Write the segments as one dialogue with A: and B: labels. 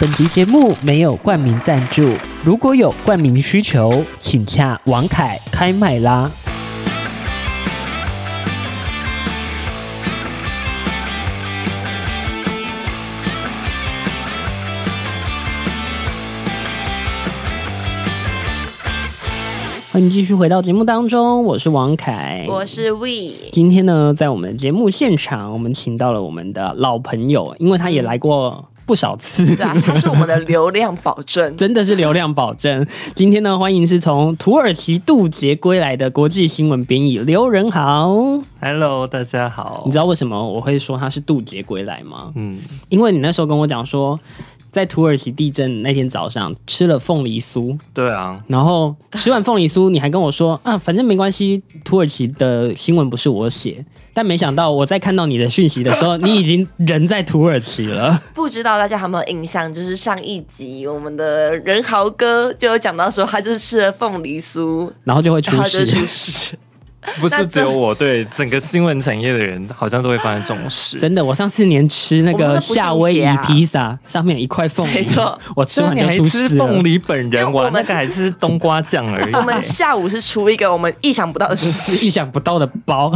A: 本集节目没有冠名赞助，如果有冠名需求，请洽王凯开麦啦。欢迎继续回到节目当中，我是王凯，
B: 我 是 We，
A: 今天呢，在我们节目现场，我们请到了我们的老朋友，因为他也来过不少次，。
B: 对啊，他嗯是我们的流量保证
A: 真的是流量保证。今天呢，欢迎是从土耳其渡劫归来的国际新闻编译刘仁豪。
C: Hello，大家好
A: 你。知道为什么我会说他是渡劫归来吗？
C: 嗯，
A: 因为你那时候跟我讲说，在土耳其地震那天早上吃了凤梨酥，
C: 对啊，
A: 然后吃完凤梨酥，你还跟我说啊，反正没关系，土耳其的新闻不是我写。但没想到我在看到你的讯息的时候，你已经人在土耳其了。
B: 不知道大家有没有印象？就是上一集我们的仁豪哥就有讲到说，他就是吃了凤 梨酥，
A: 然后就会
B: 然
A: 出
B: 后就出
A: 事。
B: 事。
C: 不
B: 那
C: 是
B: 这
C: 只有我对整个新闻产业的人，好像都会发生这种事。
A: 真的，我上次连吃那
B: 我们
A: 个
B: 都不信邪啊
A: 夏威夷披萨，上面有一块凤梨，
B: 没错，
A: 我吃完
C: 你
A: 就
C: 还
A: 出
C: 吃
A: 事了
C: 凤。梨啊本
B: 因为
C: 人，
B: 我
C: 哇，
B: 们
C: 那个还是冬瓜酱而已。
B: 我们下午是出一个我们意想不到 的事
A: 是
B: 情，
A: 意想不到的 包，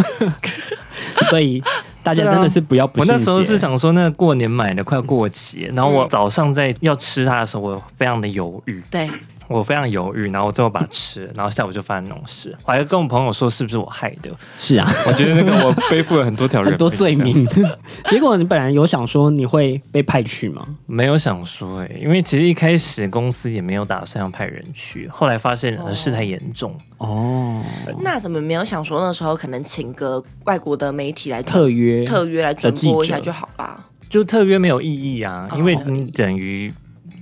A: 所以大家真
B: 啊
A: 的是不要不
C: 我
A: 信邪。
C: 那时候是想说，那个过年买的快过期，然后我早上在要吃它的时候，我非常的犹豫，
B: 对，
C: 我非常犹豫，然后我最后把它吃了，然后下午就发生那种事，我还跟我朋友说是不是我害的，
A: 是啊，
C: 我觉得那个我背负了 很多条人
A: 很多
C: 命
A: 罪名。 结果你本来有想说你会被派去吗？
C: 没有想说哎、因为其实一开始公司也没有打算要派人去，后来发现呃事态严重，
A: 哦，
B: 那怎么没有想说那时候可能请个外国的媒体来
A: 特
B: 特
A: 约
B: 特约来转播一下就好啦？
C: 就特约没有意义啊，
B: 哦
C: 因为你等于。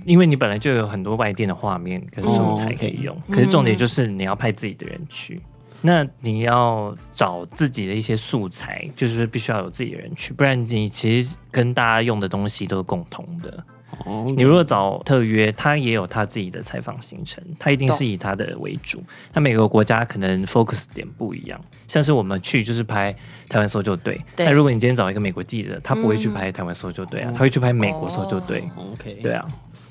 C: 因为你本来就有很多外电的画面跟素材可以用，可是重点就是你要派自己的人去，那你要找自己的一些素材，就是必须要有自己的人去，不然你其实跟大家用的东西都是共同的。
A: 哦
C: 你如果找特约，他也有他自己的采访行程，他一定
B: 懂
C: 是以他的为主。那每个国家可能 focus 点不一样，像是我们去就是拍台湾搜救队，
B: 对
C: 那如果你今天找一个美国记者，他不会去
B: 嗯
C: 拍台湾搜救队啊，他会去拍美国搜救队。
A: OK，
C: 对啊，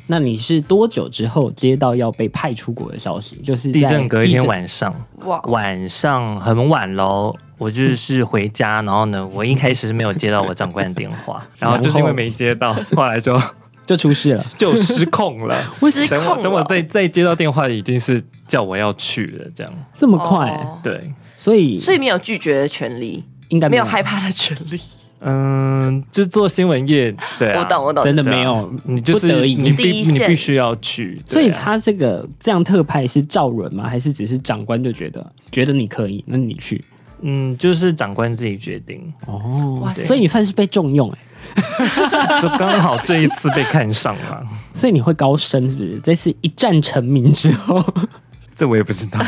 A: 那你是多久之后接到要被派出国的消息？就是
C: 地
A: 在
C: 震隔一天
A: 地震
C: 晚上，
B: 哇，
C: 晚上很晚喽。我就是回家，然后呢，我一开始是没有接到我长官的电话，然后就是因为没接到，后来就
A: 就出事了。
C: 就失控了。
B: 失控
C: 等我等我
B: 了
C: 再再接到电话，已经是叫我要去了，这样
A: 这么快，
B: 哦
C: 对。
A: 所以
B: 所以没有拒绝的权利，
A: 应该
B: 没有
A: 有
B: 害怕的权利。
C: 嗯，就做新闻业，对、啊，
B: 我懂，我懂，
A: 真的
C: 对啊
A: 没有，
C: 你就是
A: 不得已
C: 你
B: 第
C: 必
B: 一
C: 你
B: 线
C: 必须要去，
A: 所
C: 对啊
A: 以他这个这样特派是照人吗？还是只是长官就觉得觉得你可以，那你去
C: 嗯，就是长官自己 决定，
A: 哦
B: 哇塞
A: 所以你算是被重用哎、
C: 就刚好这一次被看上了，
A: 所以你会高升是不是？这次一战成名之后，
C: 这我也不知道，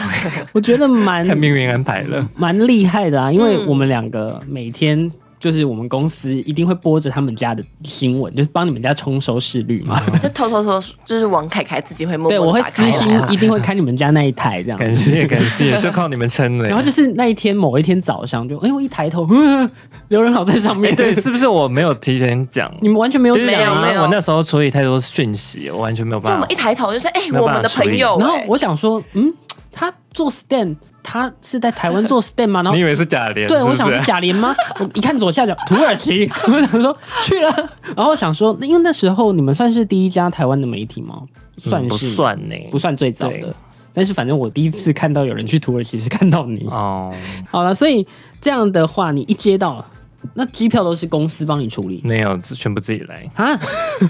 A: 我觉得蛮
C: 看命运安排了。
A: 蛮厉害的啊，因
C: 嗯
A: 为我们两个每天就是我们公司一定会播着他们家的新闻，就是帮你们家冲收视率嘛。
C: 哦
B: 就偷偷说，就是王凯凯自己会默 默
A: 对，我会
B: 打开
A: 私
B: 来
A: 心一定会开你们家那一台这样。
C: 啊感谢感谢，就靠你们撑了。
A: 然后就是那一天某一天早上就，哎呦一抬头， 呵呵刘仁豪在上
C: 哎、
A: 面。
C: 对，，是不是我没有提前讲？
A: 你们完全没有
C: 就是
A: 讲
B: 没有
A: 啊。
B: 没有
C: 我那时候处理太多讯息，我完全没有
B: 就我
C: 办法
B: 们一。抬头就说，哎、
C: 没有
B: 我
C: 办法
B: 们的
C: 处
B: 朋
C: 理
B: 友、
A: 然后
B: 哎
A: 我想说，嗯，他做 stand，他是在台湾做 stand 吗？然后
C: 你以为是假联？
A: 对，
C: 是不
A: 我
C: 是
A: 想说贾玲吗？我一看左下角土耳其， 我想说去了，然后我想说，那因为那时候你们算是第一家台湾的媒体吗？算
C: 嗯不
A: 是、
C: 算呢、
A: 不算最早
C: 对
A: 的。但是反正我第一次看到有人去土耳其是看到你。
C: 哦，
A: 好了，所以这样的话，你一接到，那机票都是公司帮你处理
C: 没有，全部自己来。
A: 啊？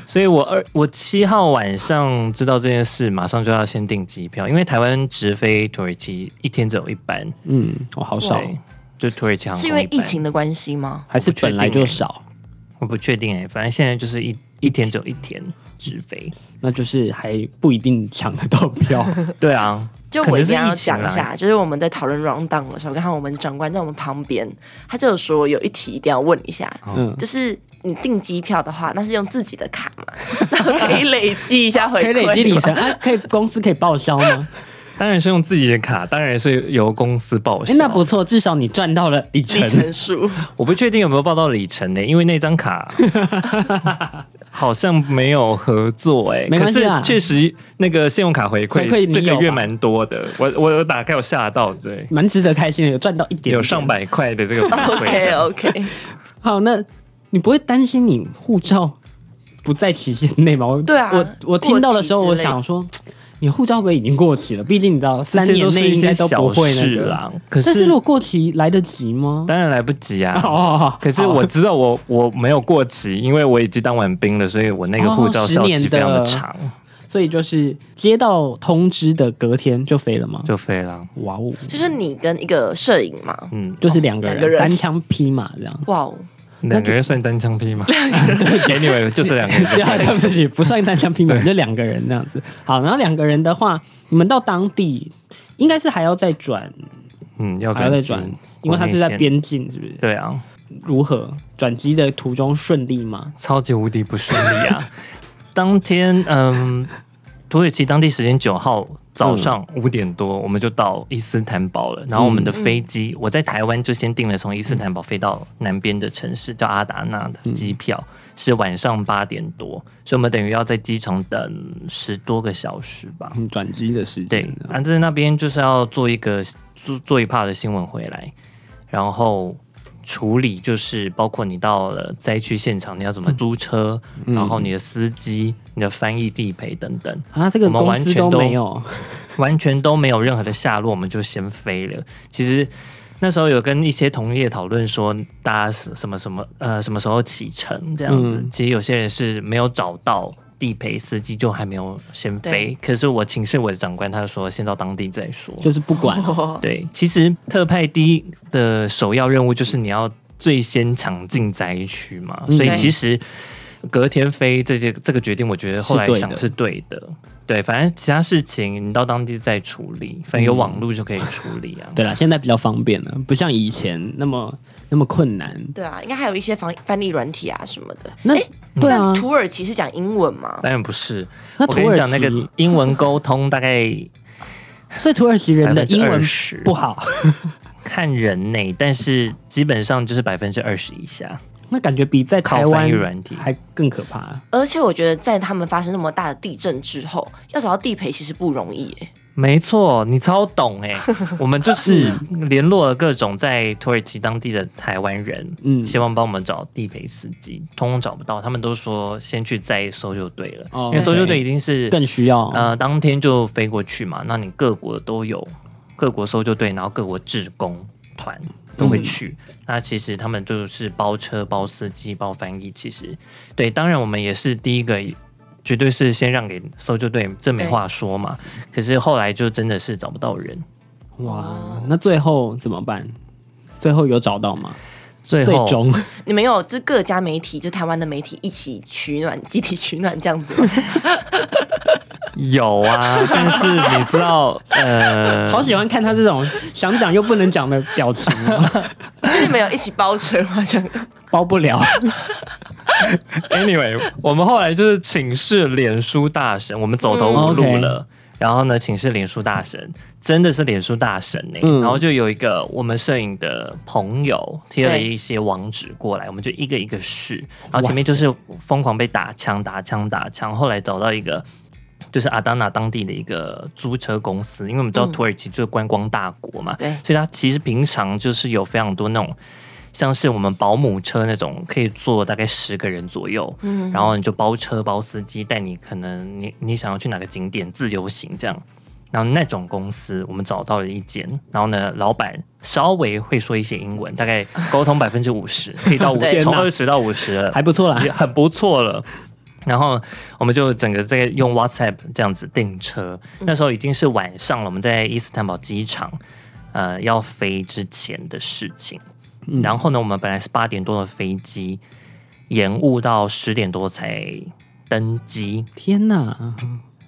C: 所以我二我七号晚上知道这件事，马上就要先订机票，因为台湾直飞土耳其一天只有一班，
A: 嗯，我、好少，
C: 对，就土耳其航空
B: 是因为
C: 一班
B: 疫，情的关系吗？
A: 还是本来
C: 欸
A: 就少，
C: 我不确定哎、反正现在就是一一天只有一天直飞。
A: 那就是还不一定抢得到票。
C: 对啊，
B: 就
C: 可
B: 我
C: 能
B: 一
C: 是
B: 定要
C: 疫情啊
B: 讲一
C: 啦。
B: 下，就是我们在讨论 round down 的时候，刚好我们长官在我们旁边，他就有说有一题一定要问一下，
A: 嗯，
B: 就是你订机票的话，那是用自己的卡嘛， 那我可以累积一下回馈，
A: 可以累积里程。啊？可以公司可以报销 吗？
C: 当然是用自己的卡，当然是由公司报销。
A: 哎、那不错，至少你赚到了里程
B: 里。程数。
C: 我不确定有没有报到里程呢、因为那张卡好像没有合作哎、
A: 没
C: 可
A: 关系
C: 是
A: 啦
C: 确实那个信用卡回
A: 回馈
C: 馈
A: 你
C: 这个
A: 有
C: 月
A: 吧
C: 蛮多的，我我有打开有吓到，对，
A: 蛮值得开心的，有赚到一点哦点
C: 有上。百块的这个回
B: OK
C: 馈。
B: OK，
A: 好，那你不会担心你护照不在期限内吗？我
B: 对啊
A: 我我
B: 过期
A: 听到的时候，
B: 之
A: 我
B: 类的
A: 想说，你护照会不会已经过期了？毕竟你知道，
C: 这
A: 三
C: 些
A: 年
C: 都是
A: 内
C: 一
A: 应
C: 些
A: 该都
C: 小
A: 不会那
C: 事
A: 个。
C: 啦，可
A: 但
C: 是
A: 是如果过期来得及吗？
C: 当然来不及啊。
A: 哦，
C: 可是我知道我我没有过期，因为我已经当完兵了，所以我那个护照
A: 哦
C: 效
A: 十年
C: 期
A: 的
C: 非常的长，
A: 所以就是接到通知的隔天就飞了吗？
C: 就飞了。
A: 哇哦，
B: 就是你跟一个摄影嘛，
C: 嗯，
A: 就是两个
B: 两个
A: 人
B: 人
A: 单枪匹马这样。
B: 哇哦，
C: 两个人算单 枪匹马。 对，anyway 就是两个人。
A: 对啊，对不起，不算单枪匹 马，就两个人那样子。好，然后两个人的话，你们到当地应该是还要再转，
C: 嗯，要
A: 还要再
C: 机
A: 转，因为它是
C: 国内
A: 在
C: 线
A: 边境，是不是？
C: 对啊，
A: 如何转机的途中顺利吗？
C: 超级无敌不顺利啊！ 当天，嗯，土耳其当地时间九号早上
A: 嗯
C: 五点多，我们就到伊斯坦堡了。然后我们的飞
A: 嗯
C: 机，我在台湾就先订了从伊斯坦堡飞到南边的城市叫阿达纳
A: 嗯
C: 的机票，是晚上八点多，所以我们等于要在机场等十多个小时吧。
A: 嗯，转机的时
C: 对
A: 间，，
C: 啊，在那边就是要做一个做做一趴的新闻回来，然后处理就是包括你到了灾区现场，你要怎么租车，然后你的司机、你的翻译、地陪等等，
A: 啊，这个
C: 我们
A: 公
C: 完
A: 司
C: 全
A: 都
C: 都
A: 没有，
C: 完全都没有任何的下落，我们就先飞了。其实。那时候有跟一些同业讨论说，大家是什么什么呃什么时候启程这样子。
A: 嗯
C: 其实有些人是没有找到地陪司机，就还没有先飞
B: 对。
C: 可是我请示我的长官，他说先到当地再说。
A: 就是不管 啊
B: 哦，
C: 对，其实特派第的首要任务就是你要最先抢进灾区嘛，
A: 嗯
C: 所以其实隔天飞这些这个决定，我觉得后来
A: 是对的
C: 想是对的。对，反正其他事情你到当地再处理，反正有
A: 嗯
C: 网络就可以处理啊。
A: 对啦，现在比较方便了，不像以前那么那么困难。
B: 对啊，应该还有一些翻翻译软体啊什么的。
A: 那
B: 诶
A: 对啊
B: 但，土耳其是讲英文吗？
C: 当然不是，
A: 那
C: 我
A: 土
C: 跟你
A: 耳
C: 讲，那
A: 其
C: 个，英文沟通大概
A: 所以土耳其人的英文
C: 20%
A: 不好，
C: 看人呢，但是基本上就是百分之二十以下。
A: 那感觉比在台
C: 靠翻
A: 湾
C: 译软体
A: 还更可怕。
B: 而且我觉得在他们发生那么大的地震之后，要找到地陪其实不容易耶。
C: 没错，你超懂 哎、我们
A: 啊
C: 就是联络了各种在土耳其当地的台湾人，
A: 嗯
C: 希望帮我们找地陪司机，通通找不到，他们都说先去再搜救队了，
A: 哦
C: 因为搜救
A: OK
C: 队一定是
A: 更需要
C: 呃当天就飞过去嘛，那你各国都有各国搜救队，然后各国志工团
A: 嗯
C: 都会去，那其实他们就是包车、包司机、包翻译，其实对，当然我们也是第一个。绝对是先让给搜救队，这没
B: 对
C: 话说嘛。可是后来就真的是找不到人，
A: 哇，那最后怎么办？最后有找到吗？
C: 最
A: 最
C: 后嗯
A: 终
B: 你们有就是各家媒体，就台湾的媒体一起取暖，集体取暖这样子吗？
C: 有啊，但是你知道，呃，
A: 好喜欢看他这种想讲又不能讲的表情哦，
B: 就是你们有一起包车吗？这样
A: 包不 了。
C: Anyway，我们后来就是请示脸书大神，我们走投无路了。然后呢，请示脸书大神，真的是脸书大神欸呢、
A: 嗯
C: 然后就有一个我们摄影的朋友贴了
B: 对
C: 一些网址过来，我们就一个一个试。然后前面就是疯狂被打枪、打枪、打枪，后来找到一个就是阿达纳当地的一个租车公司，因为我们知道
B: 嗯
C: 土耳其就是观光大国嘛，
B: 对
C: 所以它其实平常就是有非常多那种。像是我们保姆车那种，可以坐大概十个人左右，嗯，然后你就包车包司机带你，可能你你想要去哪个景点自由行这样，然后那种公司我们找到了一间，然后呢，老板稍微会说一些英文，大概沟通百分之五十，可以到五十，
A: 天哪
C: 从二十到五十了，
A: 还不错啦
C: 也很不错了。然后我们就整个在用 WhatsApp 这样子订车，
B: 嗯
C: 那时候已经是晚上了，我们在伊斯坦堡机场，呃，要飞之前的事情。
B: 嗯
C: 然后呢，我们本来是八点多的飞机，延误到十点多才登机，
A: 天哪，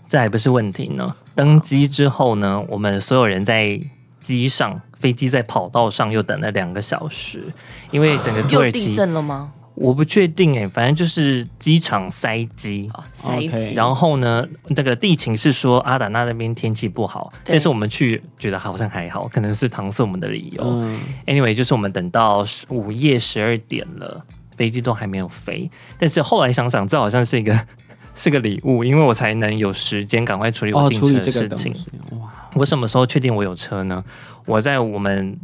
C: 这还不是问题呢。登机之后呢，我们所有人在机上，飞机在跑道上又等了两个小时，因为整个土
B: 又
C: 耳
B: 地
C: 其
B: 震了吗？
C: 我不确定哎、反正就是机场塞机。
B: 哦，塞
A: OK
B: 机，
C: 然后呢，这个地勤是说阿达纳那边天气不好，
B: 对
C: 但是我们去觉得好像还好，可能是搪塞我们的理由。
A: 嗯，
C: Anyway，就是我们等到10午夜十二点了，飞机都还没有飞。但是后来想想，这好像是一个 是个礼物，因为我才能有时间赶快处理我
A: 哦，
C: 订
A: 处
C: 车
A: 理
C: 的
A: 这个
C: 事
A: 东
C: 情。
A: 西，哇，
C: 我什么时候确定我有车呢？我在我们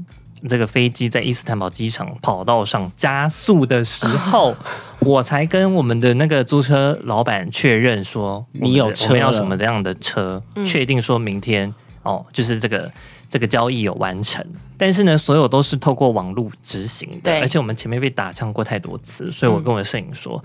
C: 这个飞机在伊斯坦堡机场跑道上加速的时 候，我才跟我们的那个租车老板确认说，我们
A: 你有
C: 的
A: 车
C: 我们要
A: 了
C: 什么样的车，
B: 嗯
C: 确定说明天哦，就是这个。这个交易有完成，但是呢，所有都是透过网络执行的，
B: 对
C: 而且我们前面被打枪过太多次，所以我
B: 嗯
C: 跟我的摄影说，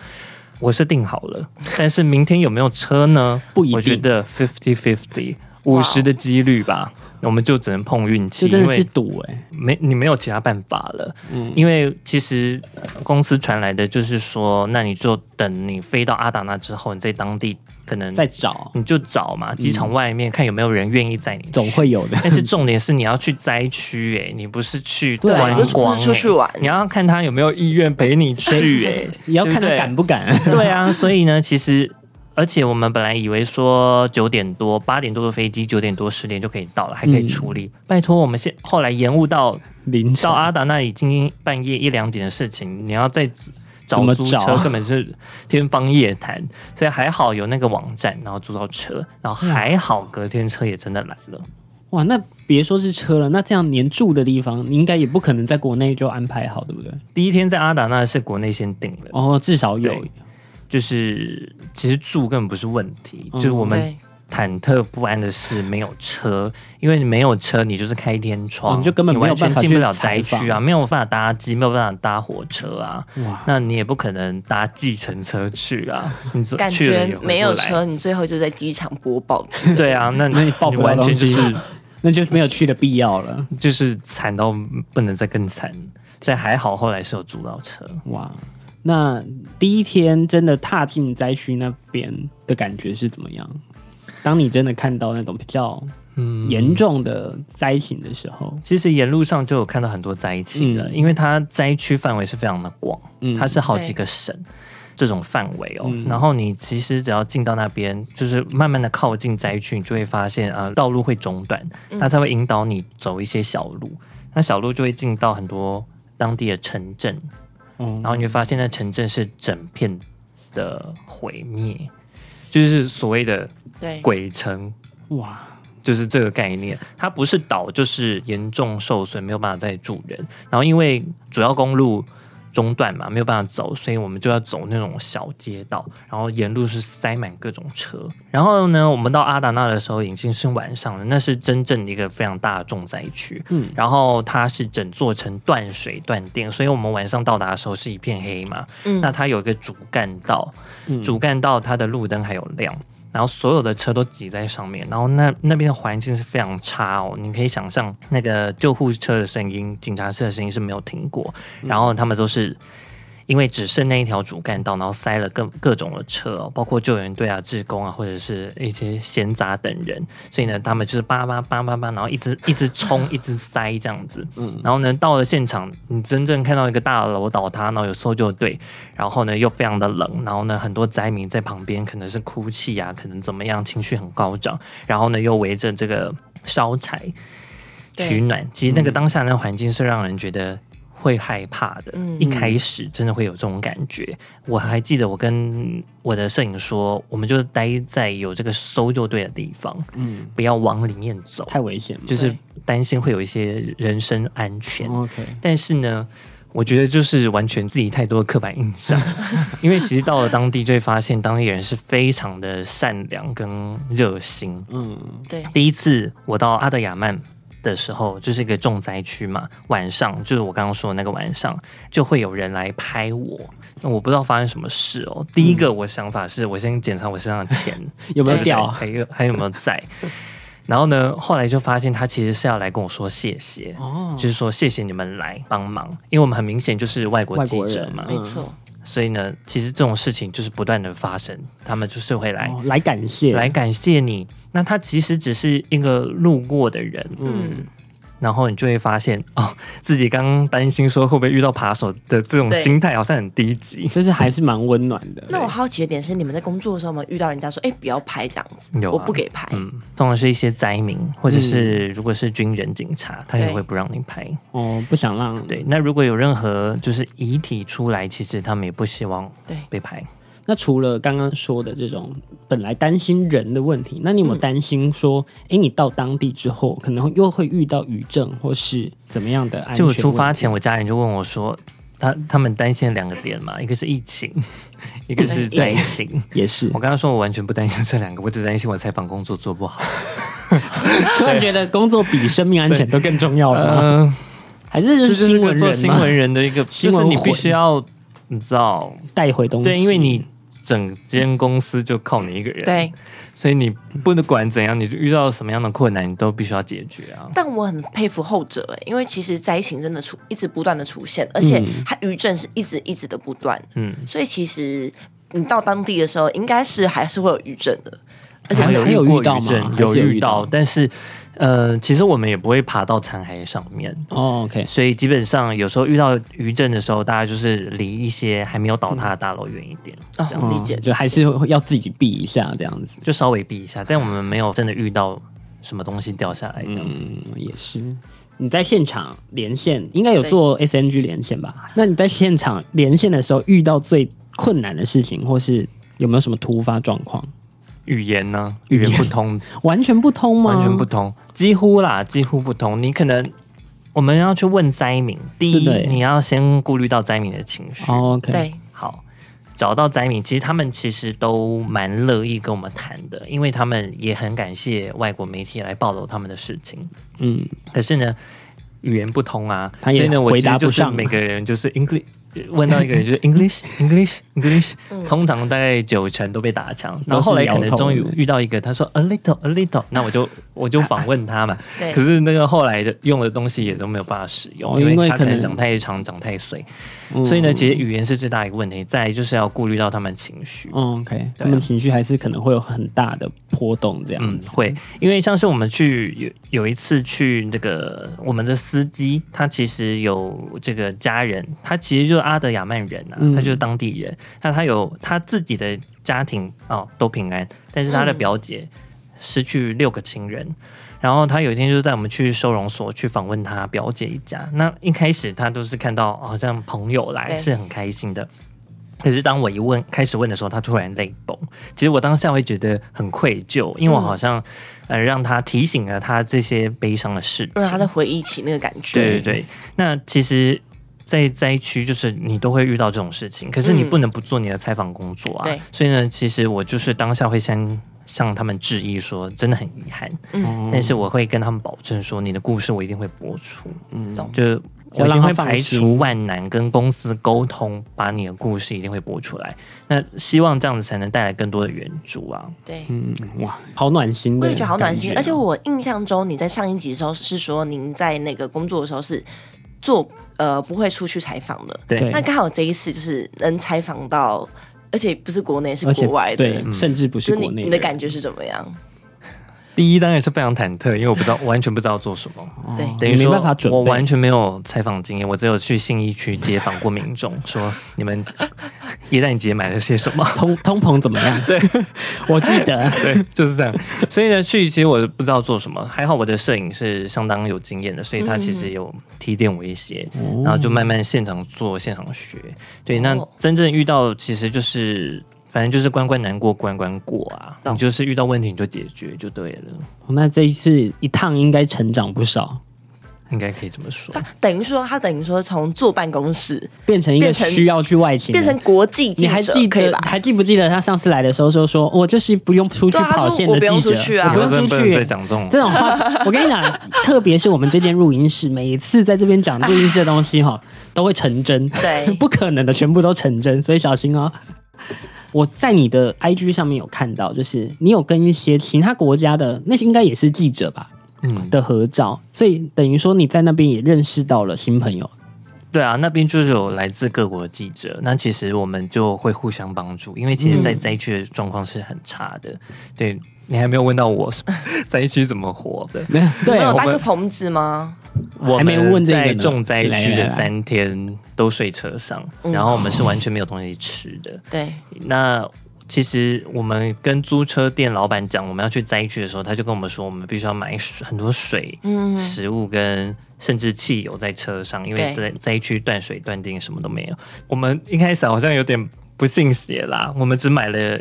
C: 我是定好了，但是明天有没有车呢？
A: 不一定
C: 我觉得 fifty fifty 五十的几率吧，我们就只能碰运气，
A: 这真
C: 因
A: 的是
C: 为
A: 赌哎，
C: 没你没有其他办法了。
A: 嗯
C: 因为其实呃公司传来的就是说，那你就等你飞到阿达那之后，你在当地可能
A: 在找
C: 你就找嘛，机场外面看有没有人愿意载你，
A: 嗯总。会 有的。
C: 但是重点是你要去灾区哎、你不是去
A: 对啊
C: 观
A: 不
B: 是不
C: 光、欸，
B: 是出去玩
C: 你要看他有没有意愿陪 你去哎、
A: 也要看他
C: 对不对
A: 敢不敢。
C: 对啊，所以呢，其实呃而且我们本来以为说九点多、八点多的飞机，九点多、十点就可以到了，还可以处理。拜托，我们现后来延误到
A: 凌晨
C: 到阿达那已经半夜一两点的事情，你要再
A: 怎
C: 找
A: 么
C: 租
A: 找
C: 车根本是天方夜谭。所以还好有那个网站，然后租到车，然后还好隔天车也真的来了。
A: 哇，那别说是车了，那这样连住的地方，你应该也不可能在国内就安排好，对不对？
C: 第一天在阿达那是国内先定的，
A: 哦，至少有
C: 对就是其实住根本不是问题，
A: 嗯
C: 就是我们
B: 对，
C: 忐忑不安的是没有车，因为你没有车，你就是开天窗，
A: 哦你就根本没有
C: 完全
A: 办法
C: 进不
A: 去
C: 了
A: 采
C: 灾区啊，
A: 访
C: 没有办法搭机，没有办法搭火车啊，
A: 哇，
C: 那你也不可能搭计程车去 啊，你只
B: 感
C: 去了也
B: 觉
C: 回不
B: 没有
C: 来，
B: 车，你最后就在机场播报。
C: 对啊，那那你
A: 抱不到
C: 完全就
A: 东西
C: 是
A: 那就没有去的必要了。
C: 就是惨到不能再更惨，但还好后来是有租到车，
A: 哇，那第一天真的踏进灾区那边的感觉是怎么样？当你真的看到那种比较
C: 嗯
A: 严重的灾情的时候，
C: 其实沿路上就有看到很多灾情了，
A: 嗯
C: 因为它灾区范围是非常的广，
A: 嗯
C: 它是好几个省这种范围哦。
A: 嗯
C: 然后你其实只要进到那边，就是慢慢的靠近灾区，你就会发现啊、呃道路会中断，
A: 嗯
C: 那它会引导你走一些小路，那小路就会进到很多当地的城镇，
A: 嗯
C: 然后你会发现那城镇是整片的毁灭，就是所谓的
B: 对，
C: 鬼城。
A: 哇，
C: 就是这个概念，它不是岛就是严重受损，没有办法再住人。然后因为主要公路中断嘛，没有办法走，所以我们就要走那种小街道，然后沿路是塞满各种车。然后呢，我们到阿达纳的时候已经是晚上了，那是真正一个非常大的重灾区。
A: 嗯
C: 然后它是整座城断水断电，所以我们晚上到达的时候是一片黑嘛。
B: 嗯
C: 那它有一个主干道，
A: 嗯
C: 主干道它的路灯还有亮，然后所有的车都挤在上面，然后那那边的环境是非常差哦。你可以想象那个救护车的声音、警察车的声音是没有停过，然后他们都是。因为只剩那一条主干道，然后塞了各各种的车、哦，包括救援队啊、志工啊，或者是一些闲杂等人，所以呢，他们就是叭叭叭叭叭，然后一直一直冲，一直塞这样子。
A: 嗯
C: 然后呢，到了现场，你真正看到一个大楼倒塌，然后有搜救队，然后呢又非常的冷，然后呢很多灾民在旁边可能是哭泣啊，可能怎么样，情绪很高涨，然后呢又围着这个烧柴
B: 对
C: 取暖。其实那个当下那个环境是让人觉得。会害怕的，
B: 嗯
C: 一开始真的会有这种感觉。我还记得我跟我的摄影说，我们就待在有这个搜救队的地方，
A: 嗯，
C: 不要往里面走，
A: 太危险了。
C: 就是
B: 对
C: 担心会有一些人身安全。
A: OK，
C: 但是呢，我觉得就是完全自己太多的刻板印象，因为其实到了当地就会发现当地人是非常的善良跟热心。
A: 嗯，
B: 对，
C: 第一次我到阿德雅曼。的时候就是一个重灾区嘛，晚上就是我刚刚说的那个晚上，就会有人来拍我。那我不知道发生什么事哦。第一个我想法是我先检查我身上的钱，
A: 有没有
C: 对
A: 掉？
C: 还有还有没有在？然后呢，后来就发现他其实是要来跟我说谢谢，
A: 哦
C: 就是说谢谢你们来帮忙，因为我们很明显就是外国
A: 外
C: 记
A: 国
C: 者
A: 人嗯
C: 嘛，
B: 没错，
C: 所以呢，其实这种事情就是不断的发生，他们就是会来、
A: 哦来感谢，
C: 来感谢你。那他其实只是一个路过的人，
B: 嗯，
C: 然后你就会发现哦，自己刚刚担心说会不会遇到扒手的这种
B: 对
C: 心态好像很低级。
A: 就是还是蛮温暖的。
B: 那我好奇的点是，你们在工作的时候，有没有遇到人家说：“哎、不要拍这样子，
C: 有啊
B: 我不给嗯拍。
C: 嗯，通常是一些灾民，或者是如果是军人、警察，他也会不让你拍。
A: 哦，不想让
C: 对，那如果有任何就是遗体出来，其实他们也不希望
B: 对
C: 被拍。
A: 那除了刚刚说的这种本来担心人的问题，那你有没
C: 嗯
A: 有担心说，诶，你到当地之后可能又会遇到余震或是怎么样的安
C: 其实
A: 全
C: 我
A: 问题？
C: 出发前，我家人就问我说，他他们担心两个点嘛，一个是疫 情，一个是
B: 对
C: 灾
B: 疫
C: 情。
A: 也是
C: 我，刚刚说我完全不担心这两个，我 只担心我采访工作做不好。
A: 突然觉得工作比生命安全都更重要了吗？
C: 嗯、
A: 还是就是
C: 这就是
A: 新
C: 个
A: 闻
C: 做
A: 人
C: 新
A: 吗？
C: 闻人的一个，
A: 新
C: 就是
A: 闻
C: 你必
A: 魂
C: 须要你知道，
A: 带回东西，
C: 对，因为你整间公司就靠你一个人，
B: 对，
C: 所以你不管怎样，你遇到什么样的困难，你都必须要解决啊。
B: 但我很佩服后者、哎，因为其实灾情真的出一直不断的出现，而且
A: 嗯
B: 它余震是一直一直的不断，
C: 嗯，
B: 所以其实你到当地的时候，应该是还是会有余震的，而且
A: 还
C: 还
A: 有
C: 有遇
A: 还有
C: 过
A: 遇到
C: 余
A: 吗
C: 震，
A: 还是有
C: 遇
A: 遇到
C: 到，但是呃，其实我们也不会爬到残骸上面，
A: 哦，OK，
C: 所以基本上有时候遇到余震的时候，大家就是离一些还没有倒塌的大楼远一点，
B: 哦
C: 这样
A: 嗯
B: 理解
A: 就还是会要自己避一下这样子。
C: 就稍微避一下。但我们没有真的遇到什么东西掉下来这样。
A: 嗯，也是。你在现场连线，应该有做 SNG 连线吧？那你在现场连线的时候，遇到最困难的事情，或是有没有什么突发状况？
C: 语言呢？语言不 通，
A: 完全不通吗？
C: 完全不通，
A: 哦
C: 几乎啦，几乎不通。你可能我们要去问灾民，第
A: 对
C: 一，
A: 对
C: 你要先顾虑到灾民的情绪。
A: 哦 OK，，
B: 对，
C: 好，找到灾民，其实他们其实都蛮乐意跟我们谈的，因为他们也很感谢外国媒体来报道他们的事情。
A: 嗯，
C: 可是呢，语言不通啊，
A: 他也
C: 所以呢，我
A: 回
C: 其
A: 答不
C: 实就是
A: 上
C: 每个人就是 English。问到一个人就是 English English English，通常大概九成都被打枪，然后后来可能终于遇到一个，他说 a little a little，那我就我就访问他嘛。
B: 对
C: 可是那个后来的用的东西也都没有办法使用，
A: 哦
C: 因
A: 因为
C: 他
A: 可
C: 可能
A: 能
C: 长太长、长太碎，
A: 嗯
C: 所以呢，其实语言是最大一个问题。再来就是要顾虑到他们情绪，
A: 嗯 OK，他们情绪还是可能会有很大的波动这样
C: 嗯，
A: 子。
C: 会，因为像是我们去有有一次去那个我们的司机，他其实有这个家人，他其实就是阿德亚曼人啊，
A: 嗯
C: 他就是当地人，那他有他自己的家庭哦都平安，但是他的
B: 嗯
C: 表姐失去六个亲人。然后他有一天就是带我们去收容所去访问他表姐一家。那一开始他都是看到好像朋友来
B: 对
C: 是很开心的，可是当我一问开始问的时候，他突然泪崩。其实我当下会觉得很愧疚，因为我好像、呃让他提醒了他这些悲伤的事
B: 让啊他在
C: 情。
B: 回忆起那个感觉，
C: 对对对，那其实。在灾区，就是你都会遇到这种事情，可是你
B: 嗯
C: 不能不做你的采访工作啊。
B: 对
C: 所以呢，其实我就是当下会先向他们致意说，真的很遗憾，
A: 嗯
C: 但是我会跟他们保证说，你的故事我一定会播出，
A: 嗯
B: 懂
C: 就是我
A: 要
C: 一
A: 让
C: 定
A: 他
C: 会
A: 放
C: 排
A: 心
C: 除万难，跟公司沟通，把你的故事一定会播出来。那希望这样子才能带来更多的援助啊。
B: 对
A: 嗯，哇，好暖心的感
B: 我
A: 觉
B: 也
A: 哦，
B: 觉得好暖心，而且我印象中你在上一集的时候是说您在那个工作的时候是做呃不会出去采访的，
C: 对，
A: 对
B: 那刚好这一次就是能采访到，而且不是国内是
A: 而且
B: 国外的，
A: 对，甚至不
B: 就是是你
A: 国内
B: 你的感觉是怎么样？
C: 第一当然是非常忐忑，因为我不知道，完全不知道做什么。
B: 对
A: 哦
C: 等于
A: 你没
C: 说
A: 办法准备，
C: 我完全没有采访经验，我只有去信义区街访过民众， 说你们耶诞节买了些什么。
A: 通通膨怎么样？对， 我记得，
C: 对，就是这样。所以呢，去其实我不知道做什么，还好我的摄影是相当有经验的，所以他其
B: 嗯
C: 实有提点我一些，
A: 哦
C: 然后就慢慢现场做、现场学。对，那
B: 哦
C: 真正遇到其实就是。反正就是关关难过关关过啊，
B: 懂
C: 你就是遇到问题你就解决就对了，
A: 哦那这一次一趟应该成长不少，
C: 应该可以这么说。
B: 等于说他等于说从坐办公室
A: 变成一个
B: 变成
A: 需要去外勤的，
B: 变成国际记
A: 嗯你
B: 者，
A: 还记
B: 可以
A: 得
B: 吧？
A: 还记不记得他上次来的时候说说哦我就是不用出去
B: 对啊他
A: 跑
B: 说
A: 线
B: 我
A: 的
B: 不
A: 记
B: 用
A: 者，
B: 出去啊
A: 我不
C: 真
A: 用
C: 不
A: 出
C: 能再
A: 去。
C: 讲这种
A: 这种话，我跟你 讲，特别是我们这间录音室，每一次在这边讲录音室的东西哈，都会成真，
B: 对
A: 不可能的，全部都成真，所以小心哦。 我在你的 IG 上面有看到，就是你有跟一些其他国家的，那些应该也是记者吧
C: 嗯，
A: 的合照，所以等于说你在那边也认识到了新朋友，
C: 对啊，那边就是有来自各国的记者，那其实我们就会互相帮助，因为其实，
A: 嗯
C: 在灾区的状况是很差的。对你还没有问到我 灾区怎么活的，
A: 对
B: 没，有
C: 我
B: 搭
C: 们
B: 个棚子吗？
C: 我
A: 还没问
C: 们
A: 这个呢
C: 在重灾区
A: 来来
C: 的
A: 来
C: 三天都睡车上，
B: 嗯
C: 然后我 们是完全没有东西吃的。
B: 对，
C: 那其实我们跟租车店老板讲我们要去灾区的时候，他就跟我们说，我们必须要买水很多水、
B: 嗯，
C: 食物跟甚至汽油在车上，因为
B: 对
C: 在灾区断水断电什么都没有。我们一开始好像有点不信邪啦，我们只买了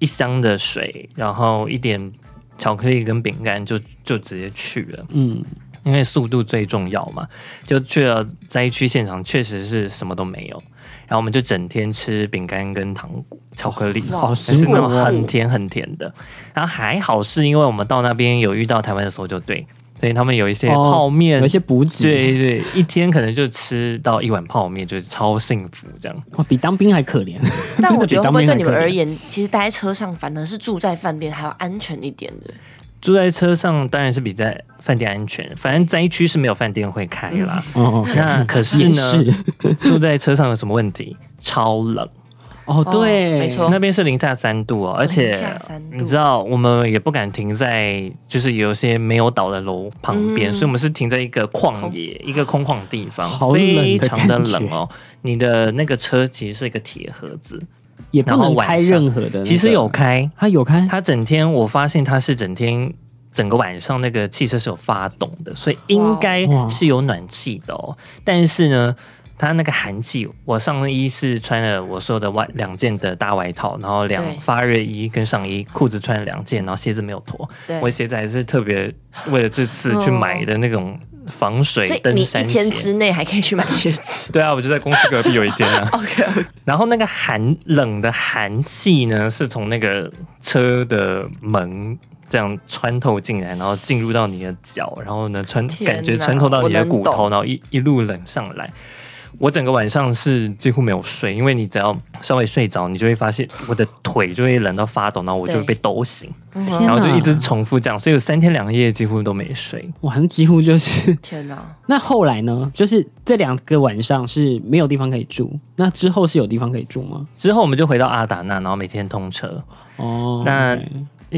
C: 一箱的水，然后一点巧克力跟饼干就就直接去了。
A: 嗯，
C: 因为速度最重要嘛，就去了灾区现场，确实是什么都没有。然后我们就整天吃饼干跟糖果、巧克力，
B: 哇好
C: 是
A: 辛苦
C: 那
A: 哦
C: 种很甜很甜的。然后还好是因为我们到那边有遇到台湾的搜救队，所以他们有一些
A: 哦
C: 泡面，
A: 有一些补给，
C: 对对，一天可能就吃到一碗泡面，就是超幸福这样。
A: 哇，比当兵还可 怜。
B: 但
A: 真的
B: 我觉
A: 比
B: 得会
A: 当兵还
B: 不会对你
A: 可
B: 们
A: 怜。
B: 而言，其实待在车上反而是住在饭店还要安全一点的？
C: 住在车上当然是比在饭店安全，反正灾区是没有饭店会开啦。
A: 哦，
C: 那可是
A: 也
C: 呢，
A: 是
C: 住在车上有什么问题？超冷。
A: 哦，对，
B: 没错
C: 那边是零下三度哦，而且
B: 零下三度
C: 你知道，我们也不敢停在就是有些没有岛的楼旁边，
B: 嗯
C: 所以我们是停在一个旷野、一个空旷的地方，
A: 好冷的
C: 非常的
A: 感觉
C: 冷哦。你的那个车其实是一个铁盒子，
A: 也不
C: 然后
A: 能
C: 晚
A: 开
C: 上
A: 任何的那个。
C: 其实有开，
A: 他有
B: 嗯
A: 开，
C: 它整天我发现它是整天。整个晚上那个汽车是有发动的，所以应该
A: 哇
C: 是有暖气的哦。但是呢，它那个寒气，我上衣是穿了我所有的外两件的大外套，然后两
B: 对
C: 发热衣跟上衣，裤子穿了两件，然后鞋子没有脱。
B: 对哦
C: 我，鞋子还是特别为了这次去买的那种防水
B: 所以你
C: 登
B: 一
C: 山
B: 天
C: 鞋
B: 之。内还可以去买鞋 子。
C: 对啊，我就在公司隔壁有一间啊。
B: OK，
C: 然后那个寒冷的寒气呢，是从那个车的门这样穿透进来，然后进入到你的脚，然后呢穿
B: 天哪
C: 感觉穿透到你的骨
B: 我能
C: 头，
B: 懂
C: 然后一一路冷上来。我整个晚上是几乎没有睡，因为你只要稍微睡着，你就会发现我的腿就会冷到发抖，然后我就会被抖醒，
A: 天
C: 然
A: 哪
C: 后就一直重复这样，所以我三天两夜几乎都没睡。
A: 哇，那几乎就是。
B: 天哪，
A: 那后来呢？就是这两个晚上是没有地方可以住，那之后是有地方可以住吗？
C: 之后我们就回到阿达那，然后每天通车，
A: 哦，
C: 那
A: OK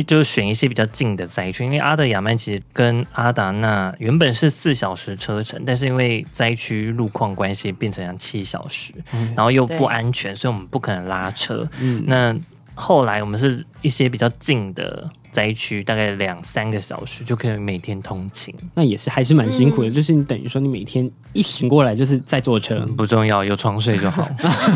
C: 就选一些比较近的灾区，因为阿德亚曼其实跟阿达那原本是四小时车程，但是因为灾区路况关系变成了七小时，然后又
B: 对
C: 不安全，所以我们不可能拉车。
A: 嗯
C: 那后来我们是一些比较近的灾区，大概两三个小时就可以每天通勤，
A: 那也是还是蛮辛苦
B: 嗯
A: 的，就是你等于说你每天一醒过来就是在坐车。
C: 嗯不重要，有床睡就 好，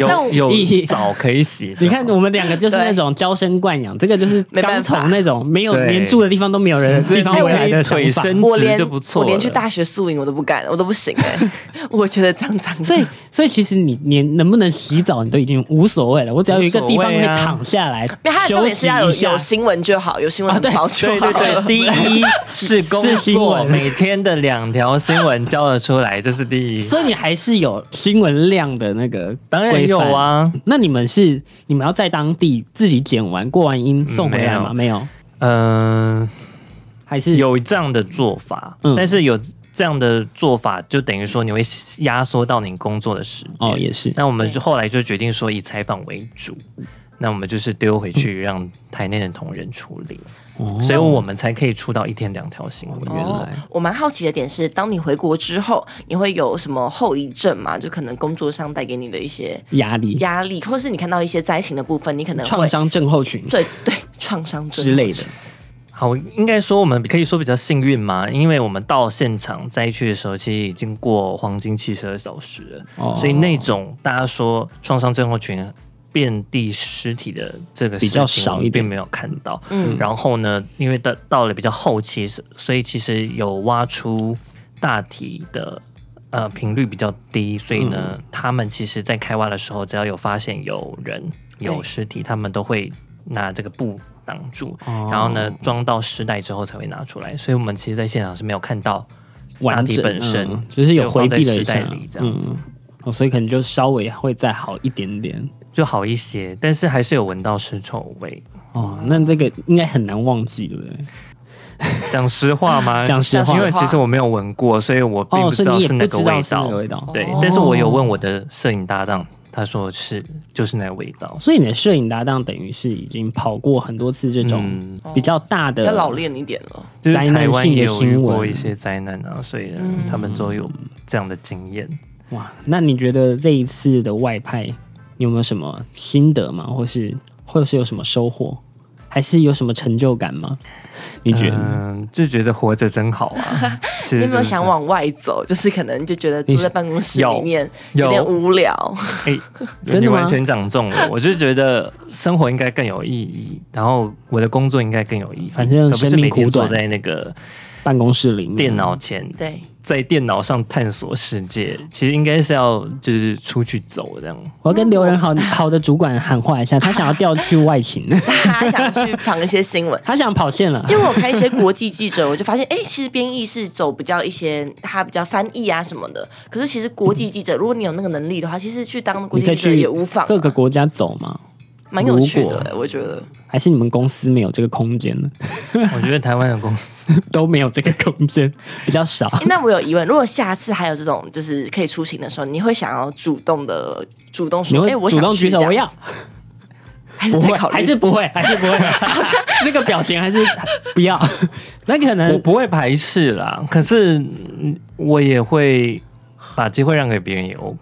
B: 但我
C: 有有
A: 咦
C: 澡可以洗。
A: 你看，我们两个就是那种娇生惯 养，这个就是
B: 没办
A: 刚
B: 法
A: 从那种没有
C: 对
A: 连住的地方都没有人的地方
C: 哎我
A: 回来的想
C: 腿
A: 法。
C: 伸
B: 我
C: 直
B: 连
C: 就不错
B: 我连去
C: 了
B: 大学宿营我都不敢，我都不行哎、 我觉得脏脏的。
A: 所以，所以其实你连能不能洗澡，你都已经无所谓了。我只要有一个地方可
C: 无所
A: 以
C: 谓啊
A: 躺下来、
B: 没有，它的重
A: 休
B: 点是
A: 息
B: 要
A: 一
B: 有
A: 下啊
B: 有。新闻就好，有新闻很好就
C: 对
B: 好
C: 对
B: 了。
C: 对，第一是工
A: 是新
C: 作，
A: 闻
C: 每天的两条新闻交得出来，这是第一。
A: 所以你还是有新闻量的那个，
C: 当然有。啊，
A: 那你们是你们要在当地自己剪完过完音送回来吗？没有，
C: 嗯、
A: 还是
C: 有这样的做法，
A: 嗯
C: 但是有这样的做法，就等于说你会压缩到你工作的时间。
A: 哦，也是
C: 那我们
B: 对
C: 就后来就决定说以采访为主，那我们就是丢回去让台内的同仁处理，
A: 哦
C: 所以我们才可以出到一天两条新闻。
A: 原
B: 哦
A: 来，
B: 我蛮好奇的点是，当你回国之后，你会有什么后遗症吗？就可能工作上带给你的一些
A: 压力、
B: 压力，或是你看到一些灾情的部分，你可能
A: 创
B: 会
A: 伤症候群
B: 对 对创伤症
A: 之类的。
C: 好，应该说我们可以说比较幸运嘛，因为我们到现场灾区的时候，其实已经过黄金七十二小时了，
A: 哦
C: 所以那种大家说创伤症候群遍地尸体的这个
A: 比较
C: 事情
A: 少一点
C: 并没有看到。
B: 嗯
C: 然后呢，因为到到了比较后期，所以其实有挖出大体的。呃，频率比较低，所以呢，
A: 嗯
C: 他们其实在开挖的时候，只要有发现有人有
B: 对
C: 尸体，他们都会拿这个布挡住，
A: 哦
C: 然后呢，装到尸袋之后才会拿出来，所以我们其实在现场是没有看到
A: 完
C: 大体
A: 整
C: 本身
A: 嗯就是有回避了一
C: 就
A: 下
C: 放在时代里这样子
A: 嗯哦，所以可能就稍微会再好一点点
C: 就好一些， 但是还是有闻到尸臭味。
A: 哦哦。那这个应该很难忘记，对不对？
C: 讲实话吗？
A: 讲实话
C: 因为其实我没有闻过，所以我并
A: 哦，
C: 不
A: 所
C: 知
A: 以
C: 道
A: 你也
C: 那个
A: 知道
C: 味
A: 是那
C: 道
A: 个。味道。
C: 对
B: 哦，
C: 但是我有问我的摄影搭档，他说是就是那个味道。
A: 所以你的摄影搭档等于是已经跑过很多次这种
C: 嗯，
A: 比较大
B: 哦比
A: 的
B: 较老练一点了。
C: 就是
A: 灾难
C: 台湾
A: 性的
C: 也有遇
A: 新
C: 过
A: 闻
C: 一些灾难啊，所以
B: 嗯
C: 他们都有这样的经验。
A: 哇，那你觉得这一次的外派你有没有什么心得吗？或是或是有什么收获，还是有什么成就感吗？你觉得？
C: 嗯，就觉得活着真 好啊。其
B: 你有
C: 实
B: 没有
C: 就是
B: 想往外走？就是可能就觉得住在办公室里面
C: 有
B: 有点无聊，
C: 哎、
A: 真的吗
C: 你完全讲中了。我就觉得生活应该更有意义，然后我的工作应该更有意义。
A: 反正
C: 而不是
A: 生命
C: 每
A: 苦短
C: 天坐在那个
A: 办公室里面
C: 电脑前，
B: 对，
C: 在电脑上探索世界。其实应该是要就是出去走这样。
A: 我要跟刘仁好好的主管喊话一 下，他想要调去外勤，
B: 他想去 访一些新闻。
A: 他想跑 线了。
B: 因为我看一些国际记者，我就发现，哎、其实编译是走比较一些，他比较翻译啊什么的。可是其实国际记者，如果你有那个能力的话，其实去当国
A: 你可
B: 际
A: 以
B: 记者
A: 去
B: 也无妨啊，
A: 各个国家走吗？
B: 蛮有趣的、
A: 如
B: 我觉得。
A: 还是你们公司没有这个空间呢？
C: 我觉得台湾的公司
A: 都没有这个空间， 比较少。
B: 诶那我有疑问，如果下次还有这种就是可以出行的时候，你会想要主动的主动
A: 你
B: 说，哎、
A: 会
B: 我
A: 主
B: 想
A: 动
B: 去
A: 举手，
B: 这
A: 我
B: 样
A: 要
B: 子，，还是
A: 不
B: 在
A: 会，
B: 考虑，
A: 还是不会，还是不会，这个表情还是 不要。那可
C: 我
A: 能
C: 不会排斥啦，可是嗯我也会把机会让给别人也 OK。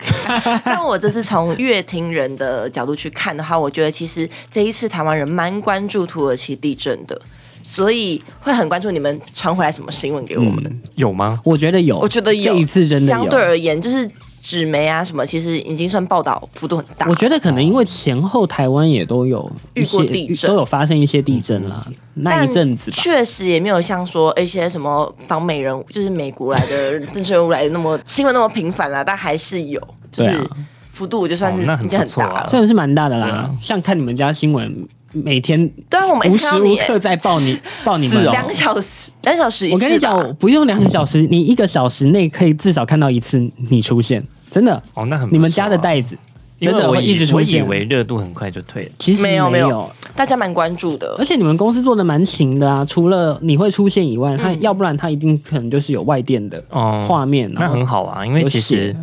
B: 但我这次从乐听人的角度去看的话，我觉得其实这一次台湾人蛮关注土耳其地震的，所以会很关注你们传回来什么新闻给我们。
C: 有吗？
A: 我觉得有，
B: 我觉得有，
A: 这一次真的
B: 相对
A: 有。
B: 而言，就是纸媒啊什么，其实已经算报道幅度很大。
A: 我觉得可能因为前后台湾也都有一些
B: 遇过地震嗯
A: 都有发生一些地震啦，那一阵子吧。
B: 确实也没有像说一些什么访美人物，就是美国来的政治人物来的那么新闻那么频繁啦、啊但还是有，就
A: 对
B: 是
A: 啊
B: 幅度就算是
C: 哦那很
B: 已经很
C: 不错
B: 大
C: 啊
B: 了。
A: 虽然是蛮大的啦
C: 对啊，
A: 像看你们家新闻，每天
B: 对啊，我们
A: 无
B: 一直看
A: 时
B: 到
A: 无
B: 你
A: 刻在报 你报你们
C: 是哦
B: 两小时，两小时一次
A: 我跟你
B: 吧
A: 讲，我不用两个小时，你一个小时内可以至少看到一次你出现，真的。
C: 哦，那很不错啊
A: 你们家的袋子真
C: 啊因为
A: 的
C: 我
A: 会
C: 以
A: 一直出
C: 我以
A: 现，
C: 为热度很快就退了。
A: 其实
B: 没有
A: 没
B: 没有大家蛮关注的
A: 而。且你们公司做的蛮勤的啊，除了你会出现以外，
B: 嗯
A: 它要不然它一定可能就是有外电的
C: 哦
A: 画面，
C: 那
A: 然后
C: 很好啊，因为
A: 有
C: 其实
A: 写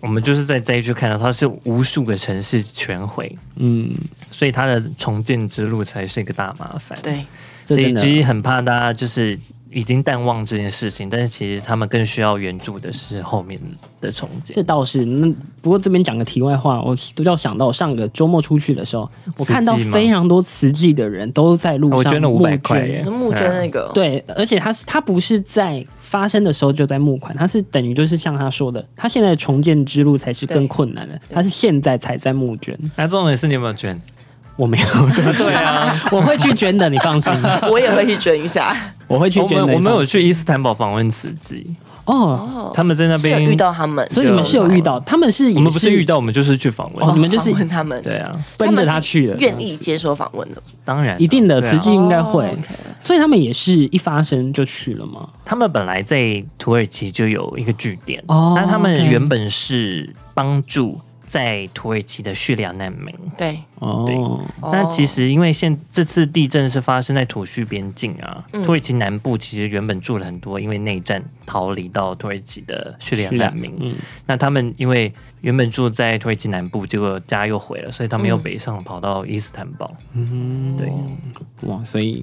C: 我们就是在这一区看到它是无数个城市全毁，
A: 嗯，
C: 所以它的重建之路才是一个大麻烦。，
B: 对，
A: 这
C: 所以
A: 真的
C: 其实很怕大家就是已经淡忘这件事情，但是其实他们更需要援助的是后面的重
A: 这
C: 建。
A: 倒是。那不过这边讲个题外话，我都要想到我上个周末出去的时候，我看到
C: 慈济吗啊
A: 非常多慈济的人都在路上
C: 我捐了
A: 募
C: 500块耶嗯
B: 那募捐那个，
A: 对，而且他是他不是在发生的时候就在募款，他是等于就是像他说的，他现在重建之路才是更困难的，他是现在才在募捐。
C: 那哎重点是你有没有捐？
A: 我 没有，对不起
C: 对啊，
A: 我会去捐的，你放心，
B: 我也会去捐一下。
A: 我会去
C: 我
A: 捐
C: 们
A: 的。
C: 我
A: 你
C: 们
A: 放
C: 有去伊斯坦堡访问慈济，
A: 哦，
B: 哦，
C: 他们在那
B: 是有
C: 边
B: 遇，到他们，
A: 所以你们是有遇到，他们是
C: 我们不是遇
A: 到，
C: 到，我们就是去访问。
A: 哦你们就是
B: 访问他们，
C: 对，啊，
A: 奔着他去的
B: 愿意接受访问的，
C: 当然啊
A: 一定的
C: 对啊
A: 慈济应该会，
B: 哦，OK
A: 所以他们也是一发生就去了嘛。
C: 他们本来在土耳其就有一个据点，
A: 哦
C: 那他
A: OK
C: 们原本是帮助在土耳其的叙利亚难民。
B: 对，
A: 哦，
C: 那其
B: 哦
C: 实因为现这次地震是发生在土叙边境啊，土耳其南部其实原本住了很多因为内战逃离到土耳其的叙利亚难民，
A: 嗯，
C: 那他们因为原本住在土耳其南部，结果家又毁了，所以他们又
B: 嗯
C: 北上跑到伊斯坦堡。对，
A: 哇，所以